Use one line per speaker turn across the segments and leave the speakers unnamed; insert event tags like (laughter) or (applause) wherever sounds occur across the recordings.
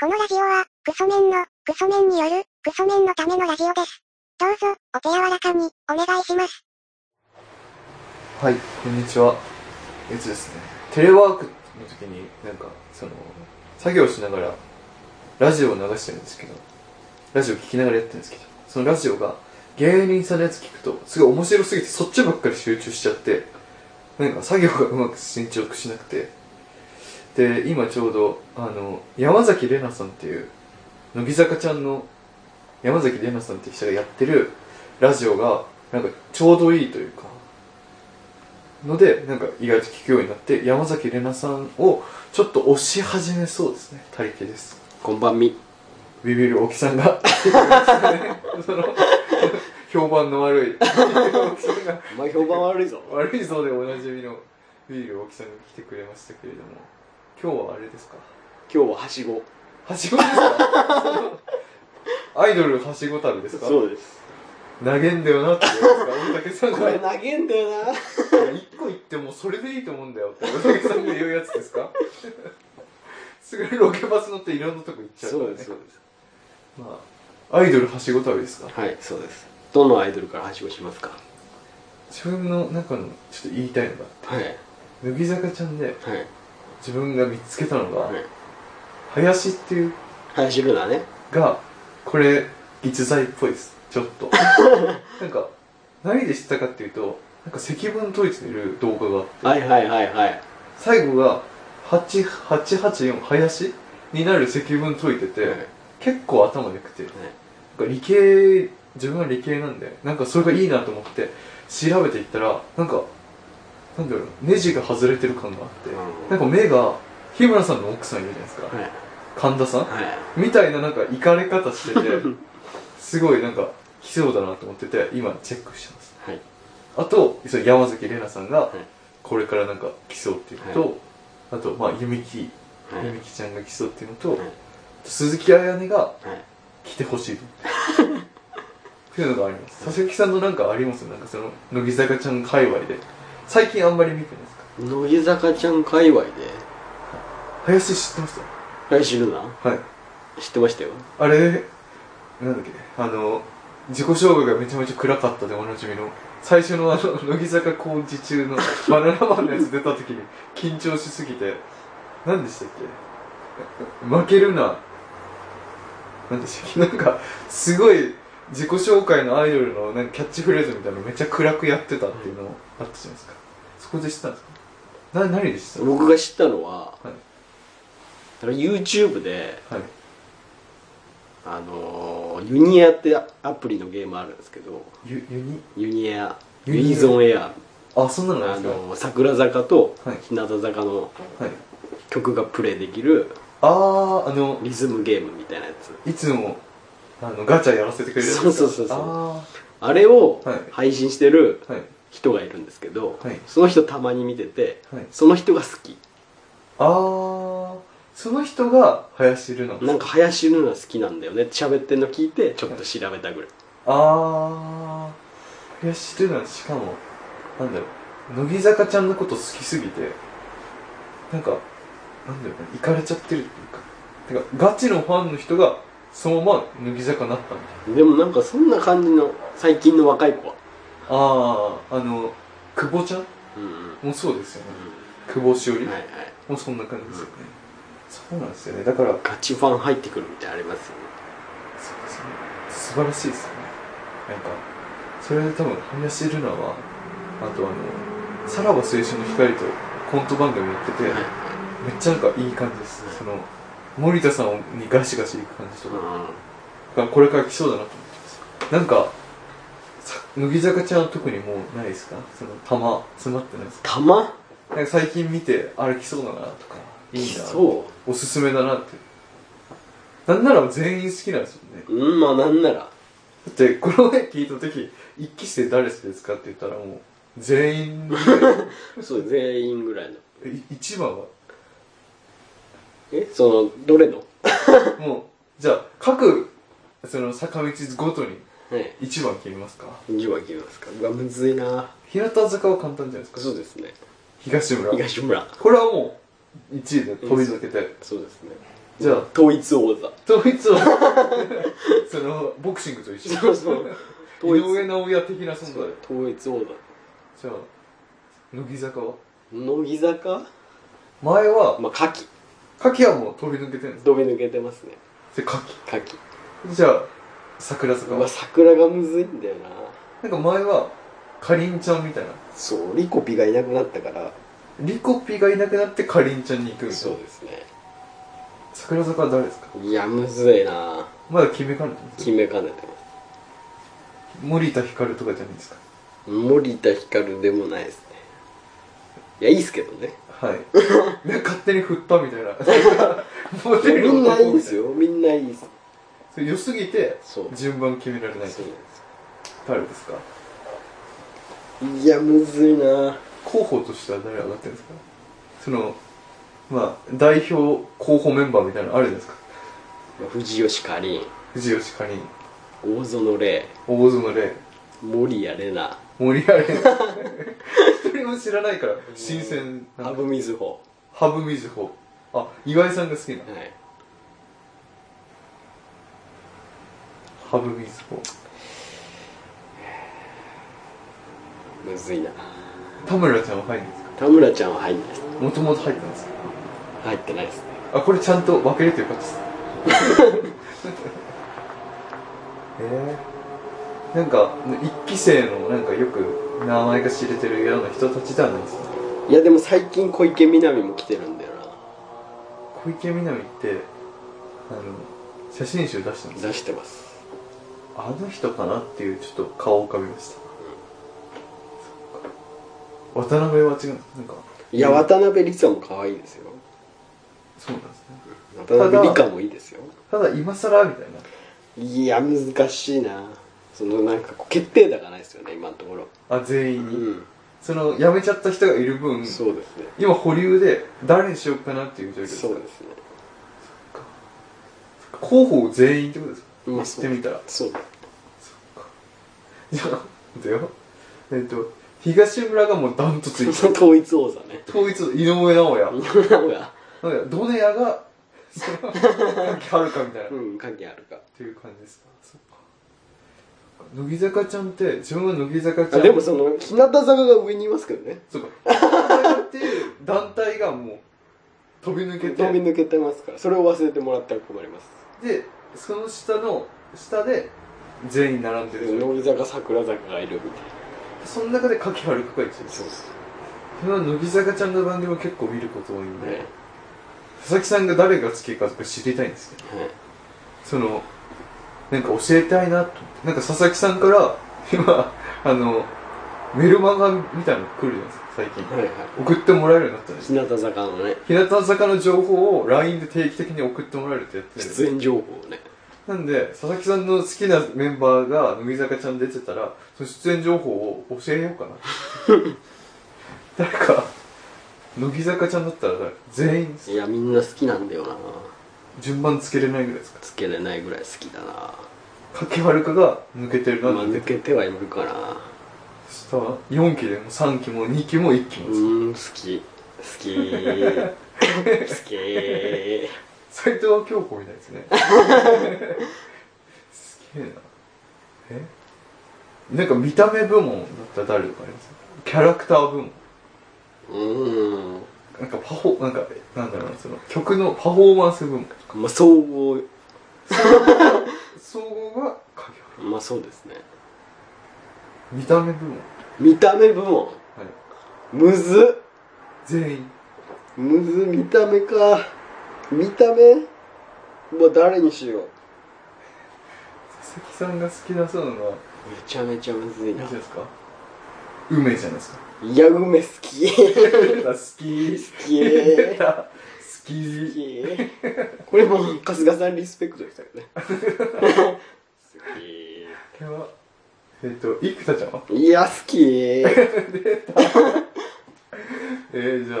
このラジオは、クソメンの、クソメンによる、クソメンのためのラジオです。どうぞ、お手柔らかに、お願いします。
はい、こんにちは。えつですね。テレワークの時に、なんか、その、作業しながら、ラジオを流してるんですけど、ラジオ聞きながらやってるんですけど、そのラジオが、芸人さんのやつ聞くと、すごい面白すぎて、そっちばっかり集中しちゃって、なんか作業がうまく進捗しなくて、で、今ちょうど、あの、山崎怜奈さんっていう、乃木坂ちゃんの山崎怜奈さんって人がやってるラジオが、なんかちょうどいいというか、のでなんか意外と聞くようになって山崎怜奈さんをちょっと推し始めそうですね他力です
こんばんみ。
ビビる大木さんが (laughs) その評判の悪いビビる大木さんが
お前評判悪いぞ。
悪いそうでおなじみのビビる大木さんが来てくれましたけれども今日はあれですか
今日ははしご。
はしごですかそのアイドルはしご旅ですか
そうです。
投げんだよなって言うんですか大竹さん
こ
が
れ投げんだよな。
一個言ってもうそれでいいと思うんだよって大竹さんが言うやつですか (laughs) すぐロケバス乗っていろんなとこ行っちゃうから
そう
ね
です、そうです。
まあ、アイドルはしご旅ですか
はい、そうです。どのアイドルからはしごしますか
自分の中のちょっと言いたいのが
はい。
乃木坂ちゃんで
はい。
自分が見つけたのが、
はい。
林っていう
林ルナね。
がこれ逸材っぽいですちょっ
(laughs)
となんか何で知ったかっていうとなんか積分解いてる動画があって、
はいはいはいはい。
最後が8 884林になる積分解いてて、
はい
結構頭良くて、なんか理系自分は理系なんでなんかそれがいいなと思って調べていったらなんかなんだろうネジが外れてる感があって、
なる
なんか目が日村さんの奥さんいるじゃないですか、
はい。
神田さん、
はい。
みたいななんか行かれ方して
(laughs)
てすごいなんか来そうだなと思ってて今チェックしてます
はい。
あとその山崎怜奈さんが
い
これからなんか来そうっていうのと、あとまあ弓木
はい。
弓木ちゃんが来そうっていうのと、
はい
鈴木彩音が
はい。
来てほしい (laughs) と思ってっていうのがあります佐々木さんのなんかありますなんかその乃木坂ちゃん界隈で最近あんまり見てないですか
乃木坂ちゃん界隈で、
林知ってます
林ルナ
はい
知ってましたよ。
あれなんだっけあの自己紹介がめちゃめちゃ暗かったでおなじみの最初のあの乃木坂工事中 (laughs) のバナナマンのやつ出た時に緊張しすぎて何でしたっけ負けるな何でしたっけなんかすごい自己紹介のアイドルのなんかキャッチフレーズみたいなのめっちゃ暗くやってたっていうのあったじゃないですかそこで知ったんですかな何でしたは
僕が知ったのは、
い
だから YouTube で、
はい
あのー、ユニエアってアプリのゲームあるんですけど、
ユユニ
ユニエア、
ユニ
ユ
エア
ニゾンエア、
あそんなのな
あ
んですか
のー、桜坂と
はい
日向坂の
はい
曲がプレイできる
あああの
リズムゲームみたいなやつ
いつもあのガチャやらせてくれるやつですか
そうそうそうそう
あ
あれを
はい
配信してる
ーはい
人がいるんですけど、
はい
その人たまに見てて、
はい
その人が好き
あーその人が林るな
なんか林ルナ好きなんだよねって喋ってんの聞いてちょっと調べたぐらい、
あー林るなしかもなんだろう乃木坂ちゃんのこと好きすぎてなんかなんだろうな行かれちゃってるっていうかてかガチのファンの人がそのまま乃木坂になったみたいな
でもなんかそんな感じの最近の若い子は
あああの久保ちゃん
うんうん、うん
もそうですよね久保しおり
はいはい、
もうそんな感じですよね、そうなんですよねだから
ガチファン入ってくるみたいなのありますよね
そうですね素晴らしいですよねなんかそれで多分林瑠奈はあとあのさらば青春の光とコント番組やってて、
はい
めっちゃなんかいい感じです、その森田さんにガシガシいく感じとか、
はい、
がこれから来そうだなと思ってますなんかさ乃木坂ちゃんは特にもうないですかその玉詰まってないですか
たま
なんか最近見てあれ来そうだなとかいいな
そ
おすすめだなってなんなら全員好きなんですよね
ううんまあなんなら
だってこの前聞いた時一期生誰好きですかって言ったらもう全員ぐらい
そう全員ぐらいの
え一番は
えそのどれの
もうじゃあ各その坂道ごとに
はい
一番決めますか
2番決めますかうわむずいな
日向坂は簡単じゃないですか
そうですね
東村
東村
これはもう1位で飛び抜けて
そうですね
じゃあ
統一王座
統一をそのボクシングと一緒
そうそう統
井
一
上尚弥的な存在
統一王座
じゃあ乃木坂は
乃木坂
前は
まあ牡蠣
牡蠣はもう飛び抜けてるんです
飛び抜けてますね
で牡
牡蠣
蠣じゃあ桜坂
まあ
は
桜がむずいんだよ
な
な
んか前はかりんちゃんみたいな
そうリコピがいなくなったから
リコピがいなくなってかりんちゃんに行くみたい
そう
な
ですね
桜坂は誰ですか
いやむずいな
まだ決めかねてま
決
す
めかねてます
森田ひかるとかじゃないですか
森田ひかるでもないですねいやいいっすけどね
(laughs) はいで勝手に振ったみた (laughs) いなモ
いやみんないい
ん
んですよみんないいっす
それ良すぎて
そう
順番決められない
そうなんで
誰ですか
すいやむずいな
候補としては誰上がってるんですかそのまあ代表候補メンバーみたいなのあるじゃないですか
藤吉かりん
藤吉かりん
大園玲
大園玲
守屋玲奈
森有玲 (laughs) 一人も知らないから新鮮な
阿部瑞穂
羽生瑞穂あ岩井さんが好きな
はい
羽生瑞穂
むずいな
田村ちゃんは入るんですか
田村ちゃんは入んないっす
もともと入ったんですか
入ってないですね
あこれちゃんと分けれてよかったです (laughs) えー、なんか一期生のなんかよく名前が知れてるような人たちではないですね
いやでも最近小池みなみも来てるんだよ
小池みなみってあの写真集出したんで
な
すよ
出してます
あの人かなっていうちょっと顔を浮かべました、そっか渡辺は違うんですなんか
いや渡辺理沙も可愛いですよ
そうなんですね
渡辺理香もいいですよ
ただ今更みたいない
や難しいなそのなんかこう決定打がないですよね今のところ
あ全員
う
に、
ん
その辞めちゃった人がいる分
そうですね
今保留で誰にしようかなっていう状況ですか
そうですね
候補全員ってことですか、
まあ
知
そ
っ
う
てみたら
そうだ
じゃあだよえっ、と東村がもうダントツ
そ
1
の (laughs) 統一王座ね
統一井上尚弥
なんか
なんかドネアがその柿遥かみたいな、
う
っ
ん関係あるか
ていう感じですかそっか乃木坂ちゃんって自分は乃木坂ちゃ
あ
ん
でもその日向坂が上にいますけどね
そうか乃木坂っていう団体がもう飛び抜け
(laughs) 飛び
て
抜けてますからそれを忘れてもらったら困ります
でその下の下で全員並んでる状況
乃木坂桜坂がいるみたい
その中で柿遥かが一位
なそうです
その乃木坂ちゃんの番組を結構見ること多いんで、
ね
佐々木さんが誰が好きかとか知りたいんですけど
はい
そのなんか教えたいなと思ってなんか佐々木さんから今あのメルマガみたいなの来るじゃないですか最近
はいは
送ってもらえるようになったんで
い
す
日向坂のね
日向坂の情報を LINE で定期的に送ってもらえるってやってるん
出
で
演情報をね
なんで佐々木さんの好きなメンバーが乃木坂ちゃん出てたらその出演情報を教えようかな (laughs) 誰か乃木坂ちゃんだったら誰全員です
いやみんな好きなんだよな
順番つけれないぐらいですか
つけれないぐらい好きだな
柿原かが抜けてる
ま
な
あ
って
抜けてはいるかな
そしたら4期でも3期も2期も1期
う
もです
ーん好き好 (laughs) き好き (laughs)
斎藤京子みたいですね (laughs) すげえなえなんか見た目部門だったら誰とかありますキャラクター部門
うーん
なんかパフォーなんかなんだろうなその曲のパフォーマンス部門
まあ総合
総合が影原
まあそうですね
見た目部門はい
見た目部門むずっ
全員
むず見た目か見た目まあ誰にしよう
佐々木さんが好きなそうなのは
めちゃめちゃむずい
いい
な
ですか梅じゃないですか
いや梅好き好
好き
き
出
好
た好き
きこれもう春日さんリスペクトですよね好
これはえっ、と生田ちゃんは
きいや好き
えー、じゃあ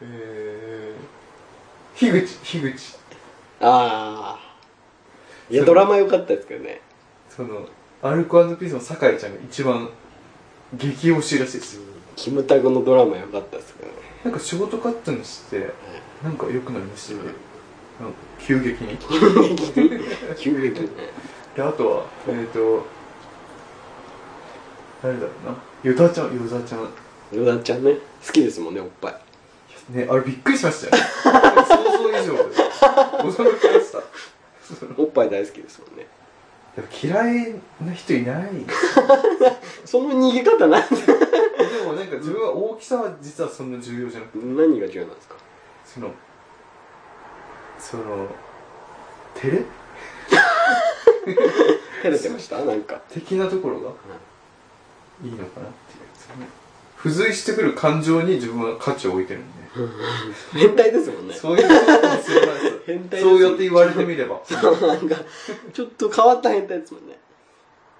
えー、樋口樋口
ああいやドラマ良かったですけどね
そのアルコピースの酒井ちゃんが一番激推しらしいですよ
キムタクのドラマ良かったですけどね
なんかショートカットにしてなんか良くなりましたよねなんか急激に
急激に
であとはえっ、ー、と誰だろうなヨダちゃんヨダちゃん
ヨダちゃんね好きですもんねおっぱい
ねあれびっくりしましたよ想像以上で驚きました
おっぱい大好きですもんね
でも嫌いな人いないで
その逃げ方なんで
もなんか自分は大きさは実はそんな重要じゃなくて
何が重要なんですか
そのその照れ
照れてましたなんか
的なところがいいのかなっていうその付随してくる感情に自分は価値を置いてるんで
変態ですもんね
そういうことも必要なん
(laughs)
ですよ
変態です
そうやって言われてみれば
なんかちょっと変わった変態ですもんね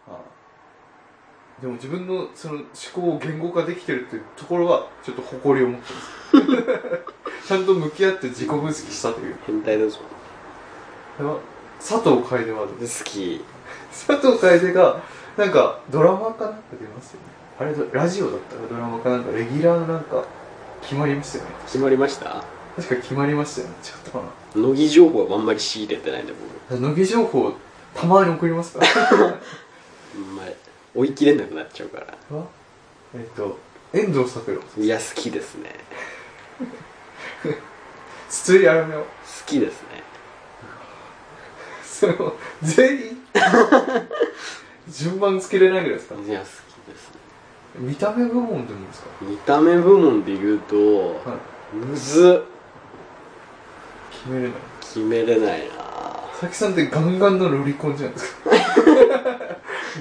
ああでも自分のその思考を言語化できてるっていうところはちょっと誇りを持ってますちゃんと向き合って自己分析したという
変態ですもんね
あの佐藤楓はどう
好き
佐藤楓がなんかドラマかなんか出ますよねあれどラジオだったかドラマかなんかレギュラーなんか決まりましたよね
決まりました
確か決まりましたよね違ったか
乃木情報はあんまり仕入れてないんで僕
な乃木情報たまに送りますから
あんまり追い切れなくなっちゃうから
はえっと遠藤さくら
いや好きですね
筒井あやめを (laughs)
好きですね
その全員順番つけれないぐらいですか
いや好きですね
見た目部門でもいいですか
見た目部門で言うと、
はい
むずっ
決めれない
決めれないな
佐々木さんってガンガンのロリコンじゃないですか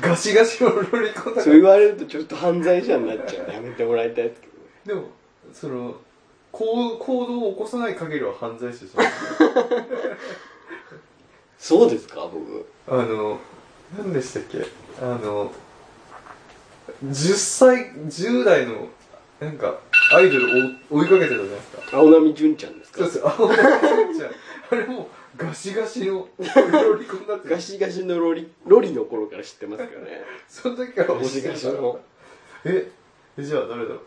ガシガシのロリコンだか
そ
ら
う言われるとちょっと犯罪者になっちゃうやめてもらいたいですけどね
でもその行行動を起こさない限りは犯罪者じゃない
そうですか僕
あの何でしたっけあの10歳10代のなんかアイドルを追いかけてたじゃないですか
青波純ちゃんです
そう
か
です青森ちゃんあれもうガシガシのロリコンだって
ガシガシのロリロリの頃から知ってますけどね
その時から
ガシガシの
ええじゃあ誰だろう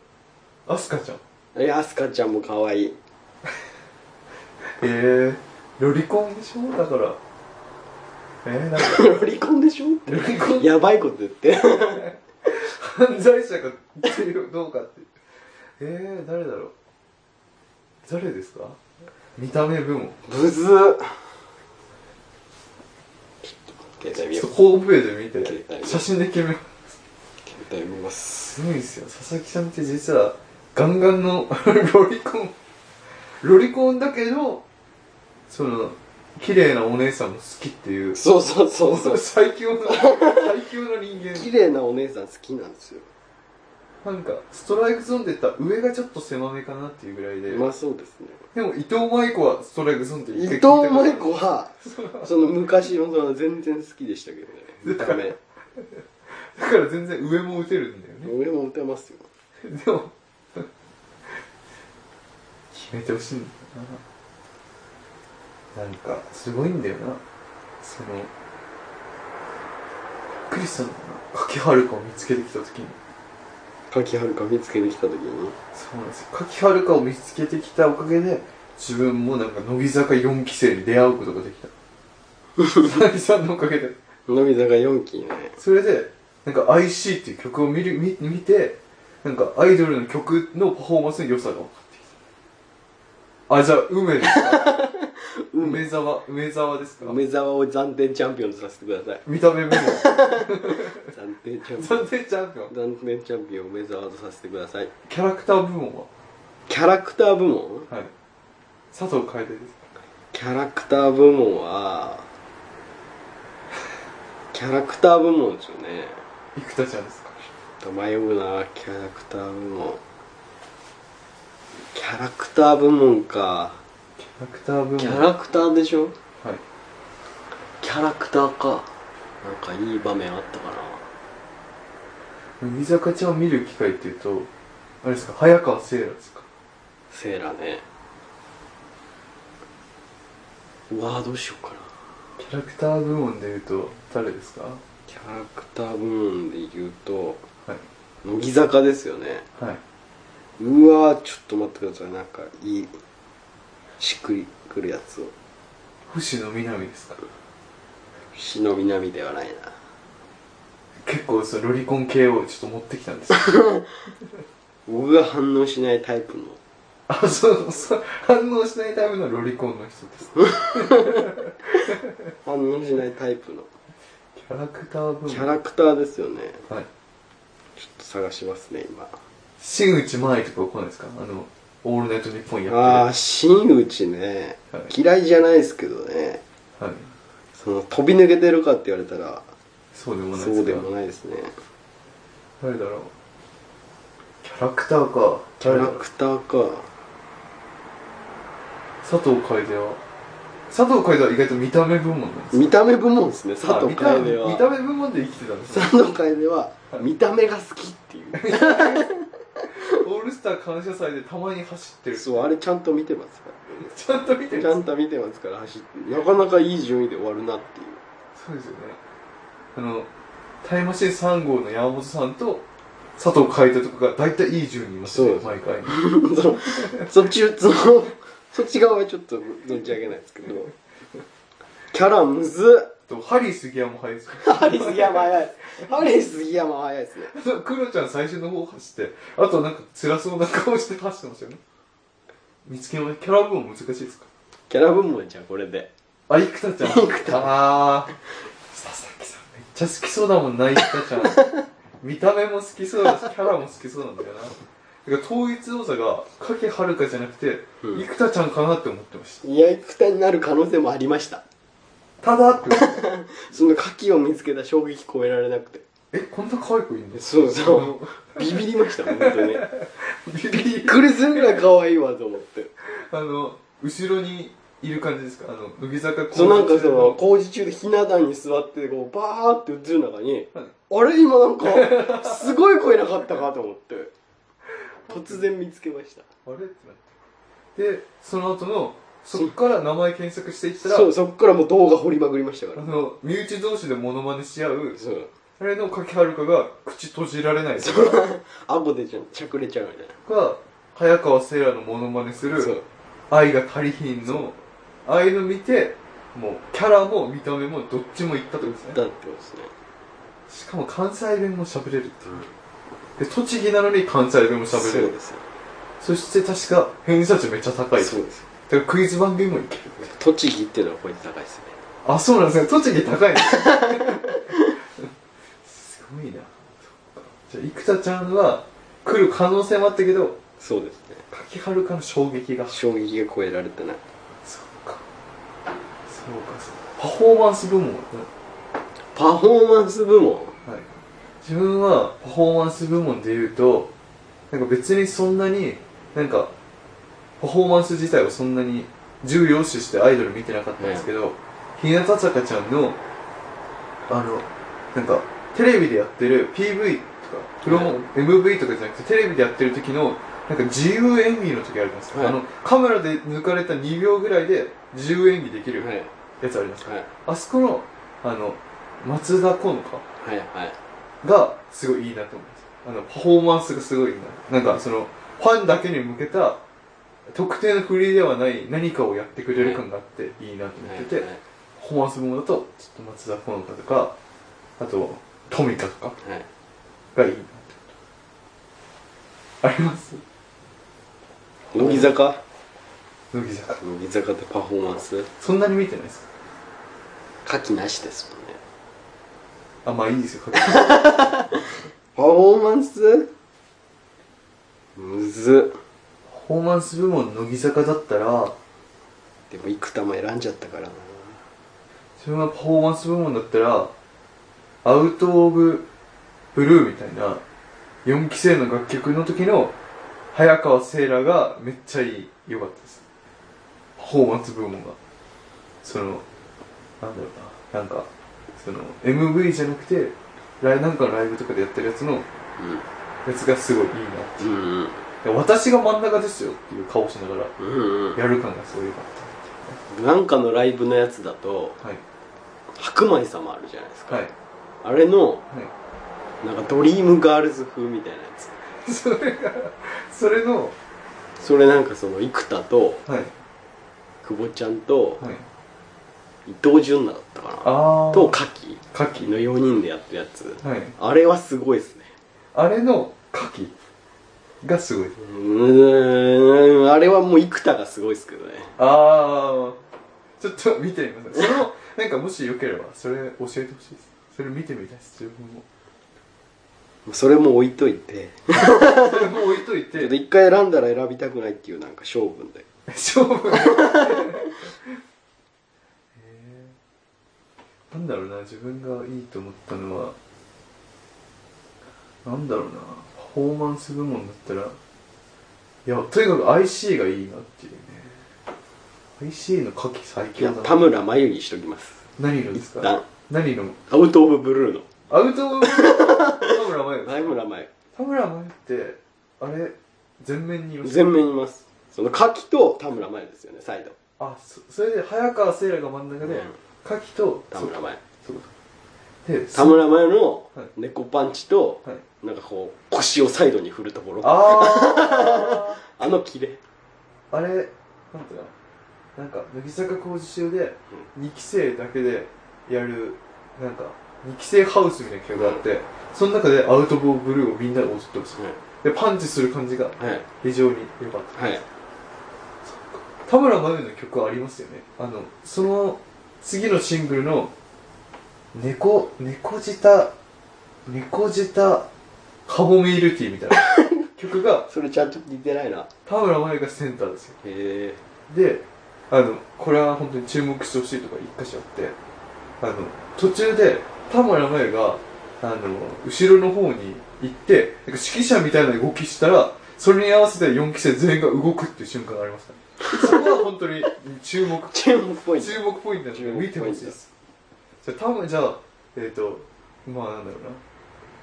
アスカちゃんへ
えアスカちゃんも可愛い (laughs)
えロリコンでしょだからえー、なんか
(laughs) ロリコンでしょって
ロリコン
やばいこと言って
犯罪者がどうかってえー、誰だろう誰ですか見た目部門
むずっちょっと携帯見
ちょ
よ
っとホームページ見
携帯
て
ね
写真で決めよう
う携帯見ま
す
す
ごいですよ佐々木さんって実はガンガンの (laughs) ロリコンロリコンだけどその綺麗なお姉さんも好きっていう
そうそうそうそう
最強の最強の人
綺
間
麗なお姉さん好きなんですよ
なんかストライクゾーンで言ったら上がちょっと狭めかなっていうぐらいで、
うまそうですね
でも伊藤舞子はストライクゾーンって
伊
一回聞い
藤
たことある
舞子は (laughs) その昔のその全然好きでしたけ (laughs) どね見た目
だから全然上も打てるんだよね
俺も打てますよ
でも決めてほしいんだよななんかすごいんだよなそのびっくりしたんだよな柿はるかを見つけてきた時に
柿遥見つけてきた時に
そうなんですよ柿はるかを見つけてきたおかげで自分もなんか乃木坂4期生に出会うことができた (laughs) 佐々木さんのおかげで
乃木坂4期ね
それでなんか IC っていう曲を見る見見てなんかアイドルの曲のパフォーマンスの良さが分かってきたあじゃあ梅ですか
(laughs)
梅沢梅沢ですか
梅沢を暫定チャンピオンとさせてくだ
(laughs)
さい
見た目も
暫定チャンピオ
暫定チャンピオン
ン暫定チャンピオン梅沢とさせてください
キャラクター部門は
キャラクター部門
はい佐藤楓です
キャラクター部門はキャラクター部門ですよね
生田ちゃんですか
迷うなキャラクター部門キャラクター部門か
キャラクター部門
キャラクターでしょ
はい
キャラクターかなんかいい場面あったか
乃木坂ちゃんを見る機会っていうとあれですか早川聖羅ですか
なセーラねうわーどうしようかな
キャラクター部門でいうと誰ですかは
キャラクター部門で言うと
い
乃木坂ですよね
はいう
わーちょっと待ってくださいなんかいいしっくりくるやつを
星野みなみですか
日の南ではないな
結構そのロリコン系をちょっと持ってきたん
(laughs)
ですよ
僕が反応しないタイプの
あそうそう反応しないタイプのロリコンの人ですキ
反応しないタイプの
ャラクター部
キ
門
ャラクターですよね
はい
ちょっと探しますね今
新内舞とか来ないですかあの「オールナイトニッポン」や
ああ
っ
ー真打ちね、
はい
嫌いじゃないですけどね
てるはい
その飛び抜けてるかって言われたら
そうでもない
そ
で
う
す
で
か
もないですね
誰だろうキャラクターか
キャ
誰だ
ラ
ろう
クターか
佐藤楓は佐藤楓は意外と見た目部門なんです
見た目部門ですね佐藤
あ見た
楓は
見た目部門で生きてたんですね
佐藤楓は見た目が好きっていう
オールスター感謝祭でたまに走ってる
そうあれちゃんと見てますか
ちゃんと見てる
らちゃんと見てますから走ってなかなかいい順位で終わるなっていう (laughs)
そうですよねあのタイムマシーン3号の山本さんと佐藤海人とかが大体いい順にいます
そう
ね
です
毎回
そのそっちそのそっち側はちょっと存じ上げないですけどキャラむずっ
とハリー杉山も入るんですよ
ハリー杉山早いハリー杉山早いですね
(laughs) そうクロちゃん最初の方走ってあとなんか辛そうな顔して走ってましたよね見つけもキャラ部門難しいですか
キャラ部門じゃあこれで
あ生田ちゃん
生田
ああ佐々木さんめっちゃ好きそうだもんな生田ちゃん見た目も好きそうだしキャラも好きそうなんだよなだから統一王座が掛はるかじゃなくて、
うん
生田ちゃんかなって思ってました
いやいくたになる可能性もありました
ただって思って
その牡蠣を見つけた衝撃超えられなくて
えこんな可愛い子いるんです
そうそうビビりました本当に
ビビ
びっ
り
くりするぐらい可愛いわと思って
あの後ろにいる感じですかあの乃木坂
そうなんかその
の
工事中でひな壇に座ってこうバーって映る中に、
はい
あれ今なんかすごい声なかったかと思って突然見つけました
あれってなってでその後のそっから名前検索していったら
そうそっからもう動画掘りまくりましたか
あ
ら
の身内同士でモノマネし合う
そう
あれの柿遥が口閉じられないとか
顎でちゃんちゃくれちゃうみたいな
が早川聖羅のモノマネす
そ
る
う
愛が足りひんのああいうの見てもうキャラも見た目もどっちもいったってことですね
だってことですね
しかも関西弁も喋れるっていうで栃木なのに関西弁も喋
そ
れ
う
る
ですよ
そして確か偏差値めっちゃ高い
そ
だ
うですよ
からクイズ番組もいける
栃木っていうのはポイント高いですね
あそうなんですね栃木高いねすごいなそっかじゃあ生田ちゃんは来る可能性もあったけど
そうですね
柿遥の衝撃が
衝撃が超えられてない
そうかそうかそうパフォーマンス部門は
パフォーマンス部門
い自分はパフォーマンス部門で言うとなんか別にそんなになんかパフォーマンス自体をそんなに重要視してアイドル見てなかったんですけど、日向坂ちゃんのあのなんかテレビでやってる PV とかプロモ、
うん
MV とかじゃなくてテレビでやってる時のなんか自由演技の時あるじゃないですか、
はい
あのカメラで抜かれた2秒ぐらいで自由演技できる
はい
やつありますか、
はい
あそこのあの松田好花
はいはい
がすごいいいなと思いますあのパフォーマンスがすごいななんかそのファンだけに向けた特定の振りではない何かをやってくれる感があっていいなと思ってて、
はいはい
パフォーマンスものだとちょっと松田好花とかあとトミカとか
はい
がいいなってことあります
乃木坂
乃木坂
乃木坂でパフォーマンス
そんなに見てないですか
書きなしですもんね
あまあいいです
(laughs)
よ
パフォーマンスむずっ
パフォーマンス部門乃木坂だったら
でも幾多も選んじゃったからな
自分がパフォーマンス部門だったらアウト・オブ・ブルーみたいな4期生の楽曲の時の早川聖羅がめっちゃいい良かったですパフォーマンス部門がそのなんだろうななんかその MV じゃなくてライなんかのライブとかでやってるやつのやつがすごいいいなって
うんうん
で私が真ん中ですよっていう顔しながら
うん
やる感がすごい良かっ
うんなんかのライブのやつだと
たはい
白米様あるじゃないですか、
はい
あれの
はい
なんかドリームガールズ風みたいなやつ
それがそれの
それなんかその幾多と
はい
久保ちゃんと
はい
伊藤純奈だったか
あ
な
ー
とカキ
カ
カキ
キ
の4人でやってるやつ
はい
あれはすごいですね
あれのカキがすごいう
ーんあれはもう幾田がすごいですけどね
ああちょっと見てみますそのなんかもしよければそれ教えてほしいですそれ見てみたいです自分も
それも置いといて
それもう置いとい
ち (laughs) ょ
て
っと一回選んだら選びたくないっていうなんか勝負で
勝負へえなんだろうな自分がいいと思ったのはなんだろうなパフォーマンス部門だったらいやとにかく IC がいいなっていうね IC の牡蠣最
い
強
や
だな
田村真由にしときます
何のです
一旦
か何の
アウト・オブ・ブルーの
アウト田村真由です
田村真由
田村真由ってあれ全面にいました
全面にいますそのカキと田村真由ですよねサイド
あそそれで早川聖羅が真ん中
う
で
ん
牡蠣と
田村真由
そうで
田村真由の
はい
猫パンチと
はい
なんかこう腰をサイドに振るところあ
あ
のキレ
(laughs) ああれなんだなんか乃木坂工事中で2期生だけでやるなんか2期生ハウスみたいな企画があってその中でアウト・ボー・ブルーをみんなで踊ってましたでパンチする感じが
はいはい
非常に良かった
はい
田村真由の曲はありますよねあのその次のシングルの「猫猫舌猫舌カモミールティー」みたいな曲が
それちゃんと似てないな
田村真由がセンターですよ
へえ
であのこれは本当に注目してほしいとか一箇所あってあの途中で田村真由があの後ろの方に行ってなんか指揮者みたいな動きしたらそれに合わせて4期生全員が動くっていう瞬間がありました、そこは本当に注目
注目ポイント
注目ポイントなので見てほしいですじゃあ多分じゃあえっ、とまあなんだろ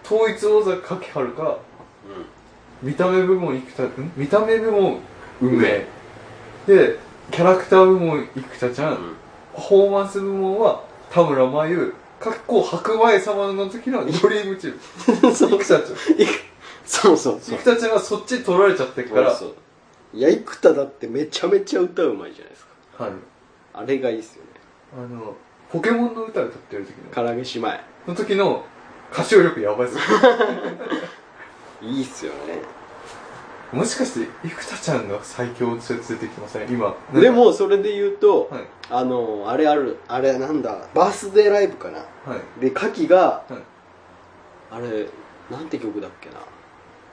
うな統一王座柿春か見た目部門生田ん見た目部門梅でキャラクター部門生田ちゃん、
うんうん
パフォーマンス部門は田村真由かっこ白米様の時のドリームチーム
(laughs)
生田ちゃん
そうそうそう
生田ちゃんがそっち取られちゃってるから
そうそういや生田だってめちゃめちゃ歌うまいじゃないですか
はい
あれがいいっすよね
あのポケモンの歌歌ってる時の
唐揚げ姉妹
その時の歌唱力やばいっすよ
いいっすよね
もしかして生田ちゃんが最強の説出てきません今
でもそれで言うと、
はい
あのあれあるあれなんだバースデーライブかな
はい
でカキが
はい
あれなんて曲だっけな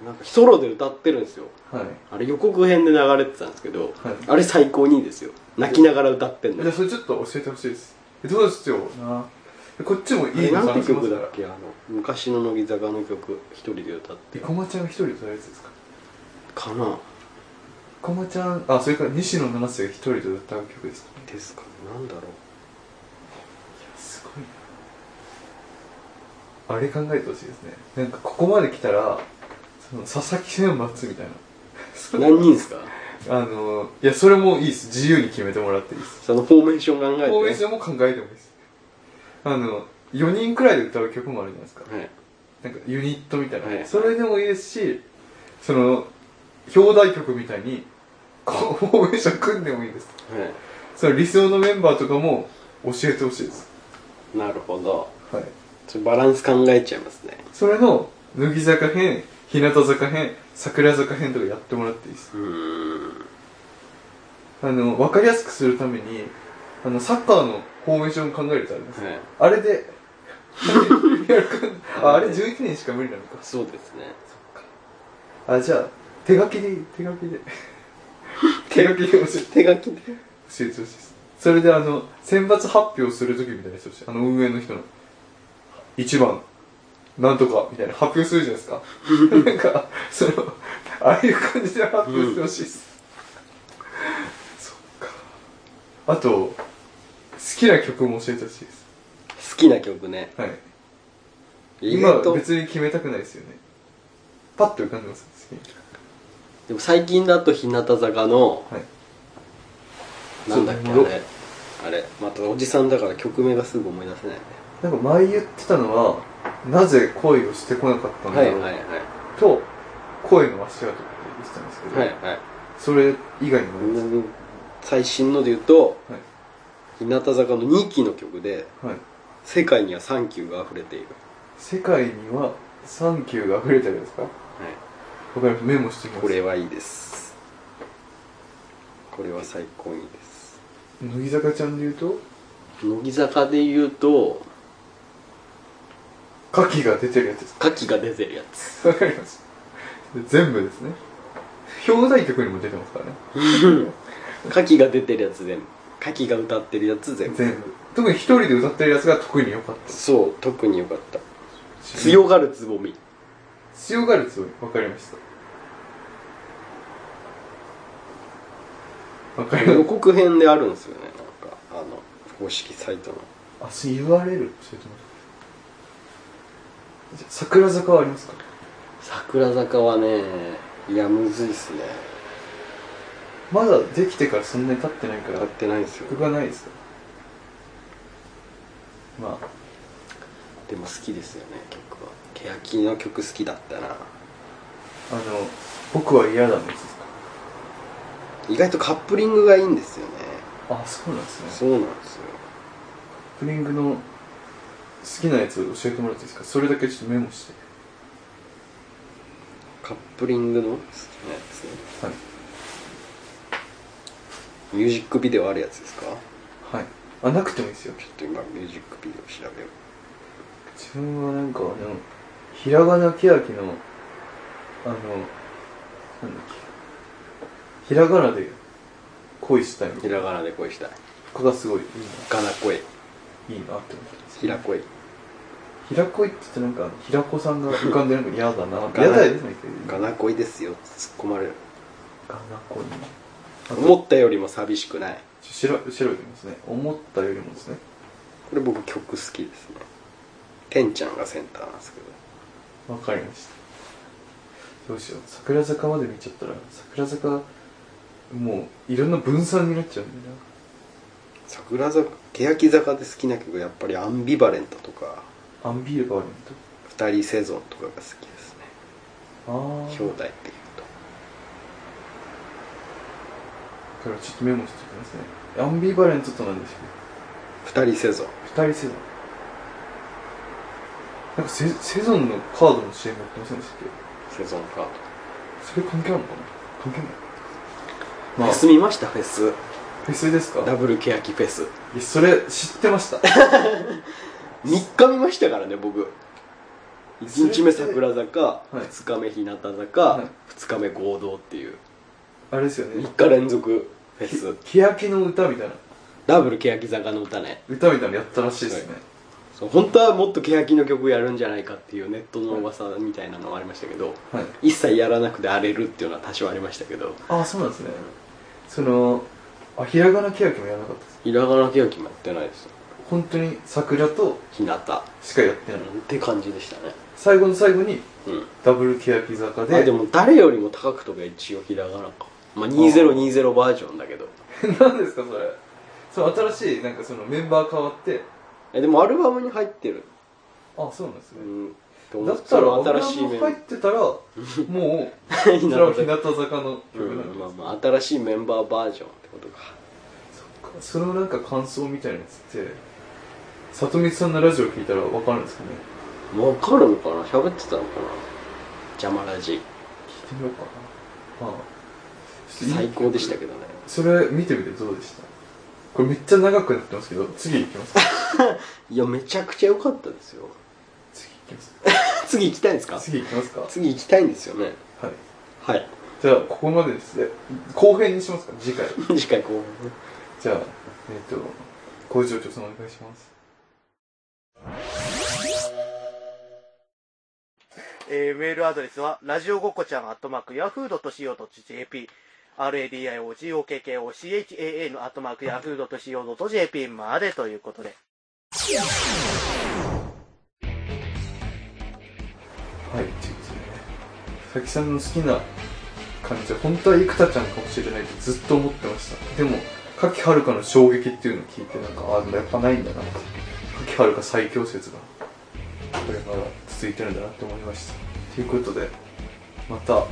なんかソロで歌ってるんですよ
はい
あれ予告編で流れてたんですけど、
はい
あれ最高にいいですよ泣きながら歌ってん
じ
の
ゃあそれちょっと教えてほしいですえどうですよなこっちも
あ
い
れ
いの
なん
探
て
します
曲
か
だ
ら
っけあの昔の乃木坂の曲一人で歌って
生駒ちゃん一人で歌うやつですか
かな
生駒ちゃんあそれから西野七瀬が一人で歌う曲ですか
ですかねなんだろ
すごいなあれ考えてほしいですねなんかここまで来たらその佐々木選抜みたいなそう
何人ですか
あのいやそれもいいです自由に決めてもらっていいです
そのフォーメーション考えて
フォーメーションも考えてもいいですあの4人くらいで歌う曲もあるじゃないですか
はい
なんかユニットみたいな、
はい
それでもいいですしその表題曲みたいにこうフォーメーション組んでもいいです
は
その理想のメンバーとかも教えてほしいです
いなるほど
はい
ちょっとバランス考えちゃいますね
それの乃木坂編日向坂編桜坂編とかやってもらっていいです
うーん
あの分かりやすくするためにあのサッカーのフォーメーション考えるとあります
はい
あれでああれ11人しか無理なのか
そうですね
あじゃあ手書きでいい手書きで手書きで教えて
手書きで
教えてほしいですそれであの選抜発表する時みたいにしてほしいあの運営の人の1番なんとかみたいな発表するじゃないですかなんかそのああいう感じで発表してほしいです、そっかあと好きな曲も教えてほしいです
好きな曲ね
はい
意
今
外
は
と
別に決めたくないですよねパッと浮かんでます好きな曲
でも最近だと日向坂の
はい
なんだっけあ
そう
れあれまたおじさんだから曲名がすぐ思い出せないね
なんか前言ってたのはなぜ恋をしてこなかったん
は
だ
い
ろう、
はいはい
と声の足跡って言ってたんですけど、
はいはい
それ以外にもあります
うん最新ので言うと
はい
日向坂の2期の曲で
はい
「世界にはサンキューが溢れている
世界にはサンキューが溢れてるんですかわ」かりますメモしてみます
これはいいですこれは最高にいいです
乃木坂ちゃんで言うと
乃木坂で言うと
牡蠣が出てるやつです
牡蠣が出てるやつ
わかりましたで全部ですね表題曲にも出てますからね
牡蠣が出てるやつ全部牡蠣が歌ってるやつ全部
全部特に一人で歌ってるやつが特に良かった
そう特に良かった強がるつぼみ
強がるつもりわかりましたわかりま
予
し
告編であるんですよねなんかあの公式サイトの
たあそう言われる教えてもらってじゃあ桜坂はありますか
桜坂はねいやむずいっすね
まだできてからそんなに経ってないか
や
ら
ってないんですよ
曲はないですかまあ
でも好きですよね曲は欅の曲好きだったな
あの僕は嫌だのやつですか
意外とカップリングがいいんですよね
あそうなんですね
そうなんですよ
プリングの好きなやつ教えてもらっていいですかそれだけちょっとメモして
カップリングの好きなやつ
はい
ミュージックビデオあるやつですか
はいあなくてもいいですよ
ちょっと今ミュージックビデオ調べよ
自分はなんかあのひらがなけやきのあのなんだっけひらがなで恋したいみ
う
た
ひ
いな
らがなで恋したい
ここがすごいいい
ガナ恋
ないいなって思ってます
ひら恋
ひらこいって言ってなんかあのひらこさんが浮かんでなんか嫌だな
ガナ
嫌だよね
ガ
な
ナ恋ですよって突っ込まれる
ガナこにあと
思ったよりも寂しくない
ちょっと調べてみますね思ったよりもですね
これ僕曲好きですねてんちゃんがセンターなんですけど
わかりましたどうしよう桜坂まで見ちゃったら桜坂もういろんな分散になっちゃうんだよ
桜坂欅坂で好きな曲やっぱりアンビバレントとか
なアンビーバーレント
二人セゾンとかが好きですね
ああ
兄弟っていうと
からちょっとメモしておきますねアンビバレントとなんです
二人セゾン
けど二人セゾンなんかセセゾンのカードの CM やってませんでしたっけ
セゾンカード
それ関係あるのかな関係ない
フ
まあ
ェス
フ
見ましたフェス
ェスですか
ダブル欅フェス
いやそれ知ってました (laughs)
3日見ましたからね僕1日目桜坂、
い
2日目日向坂、
はい
2日目合同っていう
あれですよね
3日連続フェス
欅の歌みたいな
ダブル欅坂の歌ね
歌みたいなのやったらしいですね、
そう本当はもっと欅の曲やるんじゃないかっていうネットの噂みたいなのもありましたけど、
はい
一切やらなくて荒れるっていうのは多少ありましたけど
ああそうなんですねそのあひらがなけやきもやらなかったです
ひらがな欅もやってないですよ
本当に桜と
日向っ
しかやってない
て感じでしたね
最後の最後に
うん
ダブルけやき坂
で
で
あでも誰よりも高く飛べ一応ひらがなかまあ2020バージョンだけど (laughs)
何ですかそれその新しいなんかそのメンバー変わって
えでもアルバムに入ってる
あそうなんです
う
ね、
ん
だったら
新しいメンバ
入ってたらもうそ
ー (laughs) に
れ
な
は
る
日向坂の
う
曲なんで
んまあまあ新しいメンバーバージョンってことか
す、そのなんか感想みたいなやつって里光さんのラジオ聞いたら分かるんですかね
わかるのかな喋ってたのかな邪魔ラジ
聞いてみようかなまあちょっといい
最高でしたけどね
それ見てみてどうでしたこれめっちゃ長くなってますけど次行きますか
いやめちゃくちゃ良かったですよ
次行きます
次行きたいんですか
か次行きますか
次行きたいんですよね
はい
はい (laughs)
じゃあここまでですね後編にしますか次回
次回後半ね
じゃあえっ、と工場長さんお願いします
えーメールアドレスは、ラジオごっこちゃん、アットマーク、ヤフードと .co.jp、radiogokochaa のアットマーク、ヤフードと .co.jp までということで。
はいということでね佐々木さんの好きな感じは本当は生田ちゃんかもしれないってずっと思ってましたでも柿遥香の衝撃っていうのを聞いてなんかあやっぱないんだなって柿遥香最強説がこれから続いてるんだなって思いましたということでまた